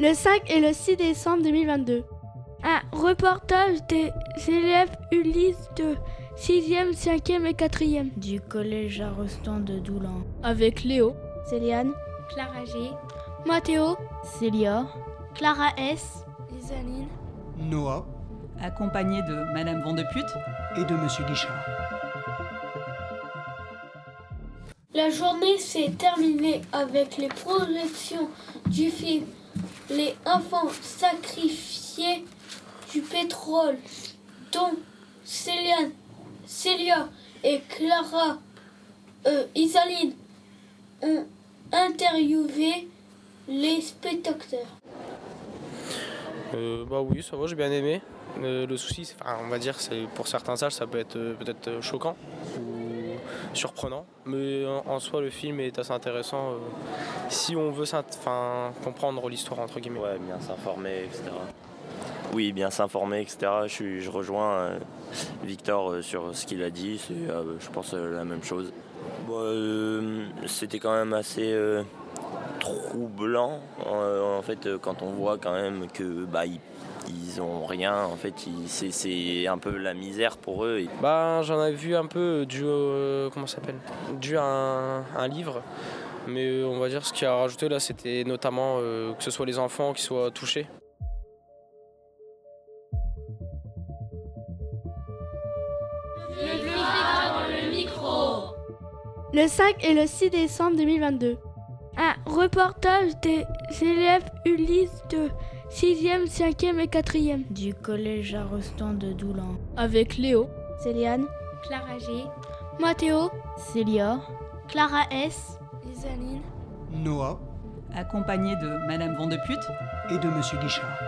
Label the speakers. Speaker 1: le 5 et le 6 décembre 2022.
Speaker 2: Un reportage des élèves Ulysse de 6e, 5e et 4e.
Speaker 3: Du collège Arostan de Doulan.
Speaker 4: Avec Léo,
Speaker 5: Céliane,
Speaker 6: Clara G,
Speaker 7: Mathéo,
Speaker 8: Célia,
Speaker 9: Clara S,
Speaker 10: Isaline,
Speaker 11: Noah,
Speaker 12: accompagné de Madame Vandepute
Speaker 13: et de Monsieur Guichard.
Speaker 2: La journée s'est terminée avec les projections du film Les enfants sacrifiés du pétrole, dont Céliane, Célia et Clara euh, Isaline ont interviewé les spectateurs.
Speaker 14: Euh, bah oui, ça va, j'ai bien aimé. Euh, le souci, c'est, enfin, on va dire, c'est pour certains sages, ça peut être euh, peut-être choquant ou surprenant. Mais en, en, soi, le film est assez intéressant euh, si on veut enfin, comprendre l'histoire entre guillemets.
Speaker 15: Ouais, bien s'informer, etc. Oui, bien s'informer, etc. Je, suis, je rejoins euh, Victor euh, sur ce qu'il a dit. C'est, euh, je pense, la même chose. Bon, euh, c'était quand même assez euh, troublant euh, en fait quand on voit quand même que bah ils, ils ont rien en fait ils, c'est, c'est un peu la misère pour eux
Speaker 14: bah j'en avais vu un peu dû euh, comment ça s'appelle dû à un, un, livre mais euh, on va dire ce qu'il a rajouté là c'était notamment euh, que ce soit les enfants qui soient touchés
Speaker 1: Le 5 et le 6 décembre 2022
Speaker 2: un reportage des élèves Ulysse de 6e, 5e et 4e.
Speaker 3: Du collège Arostan de Doulan.
Speaker 4: Avec Léo,
Speaker 5: Céliane,
Speaker 6: Clara G,
Speaker 7: Mathéo,
Speaker 8: Célia,
Speaker 9: Clara S,
Speaker 10: Isaline,
Speaker 11: Noah,
Speaker 12: accompagné de Madame Vandepute
Speaker 13: et de Monsieur Guichard.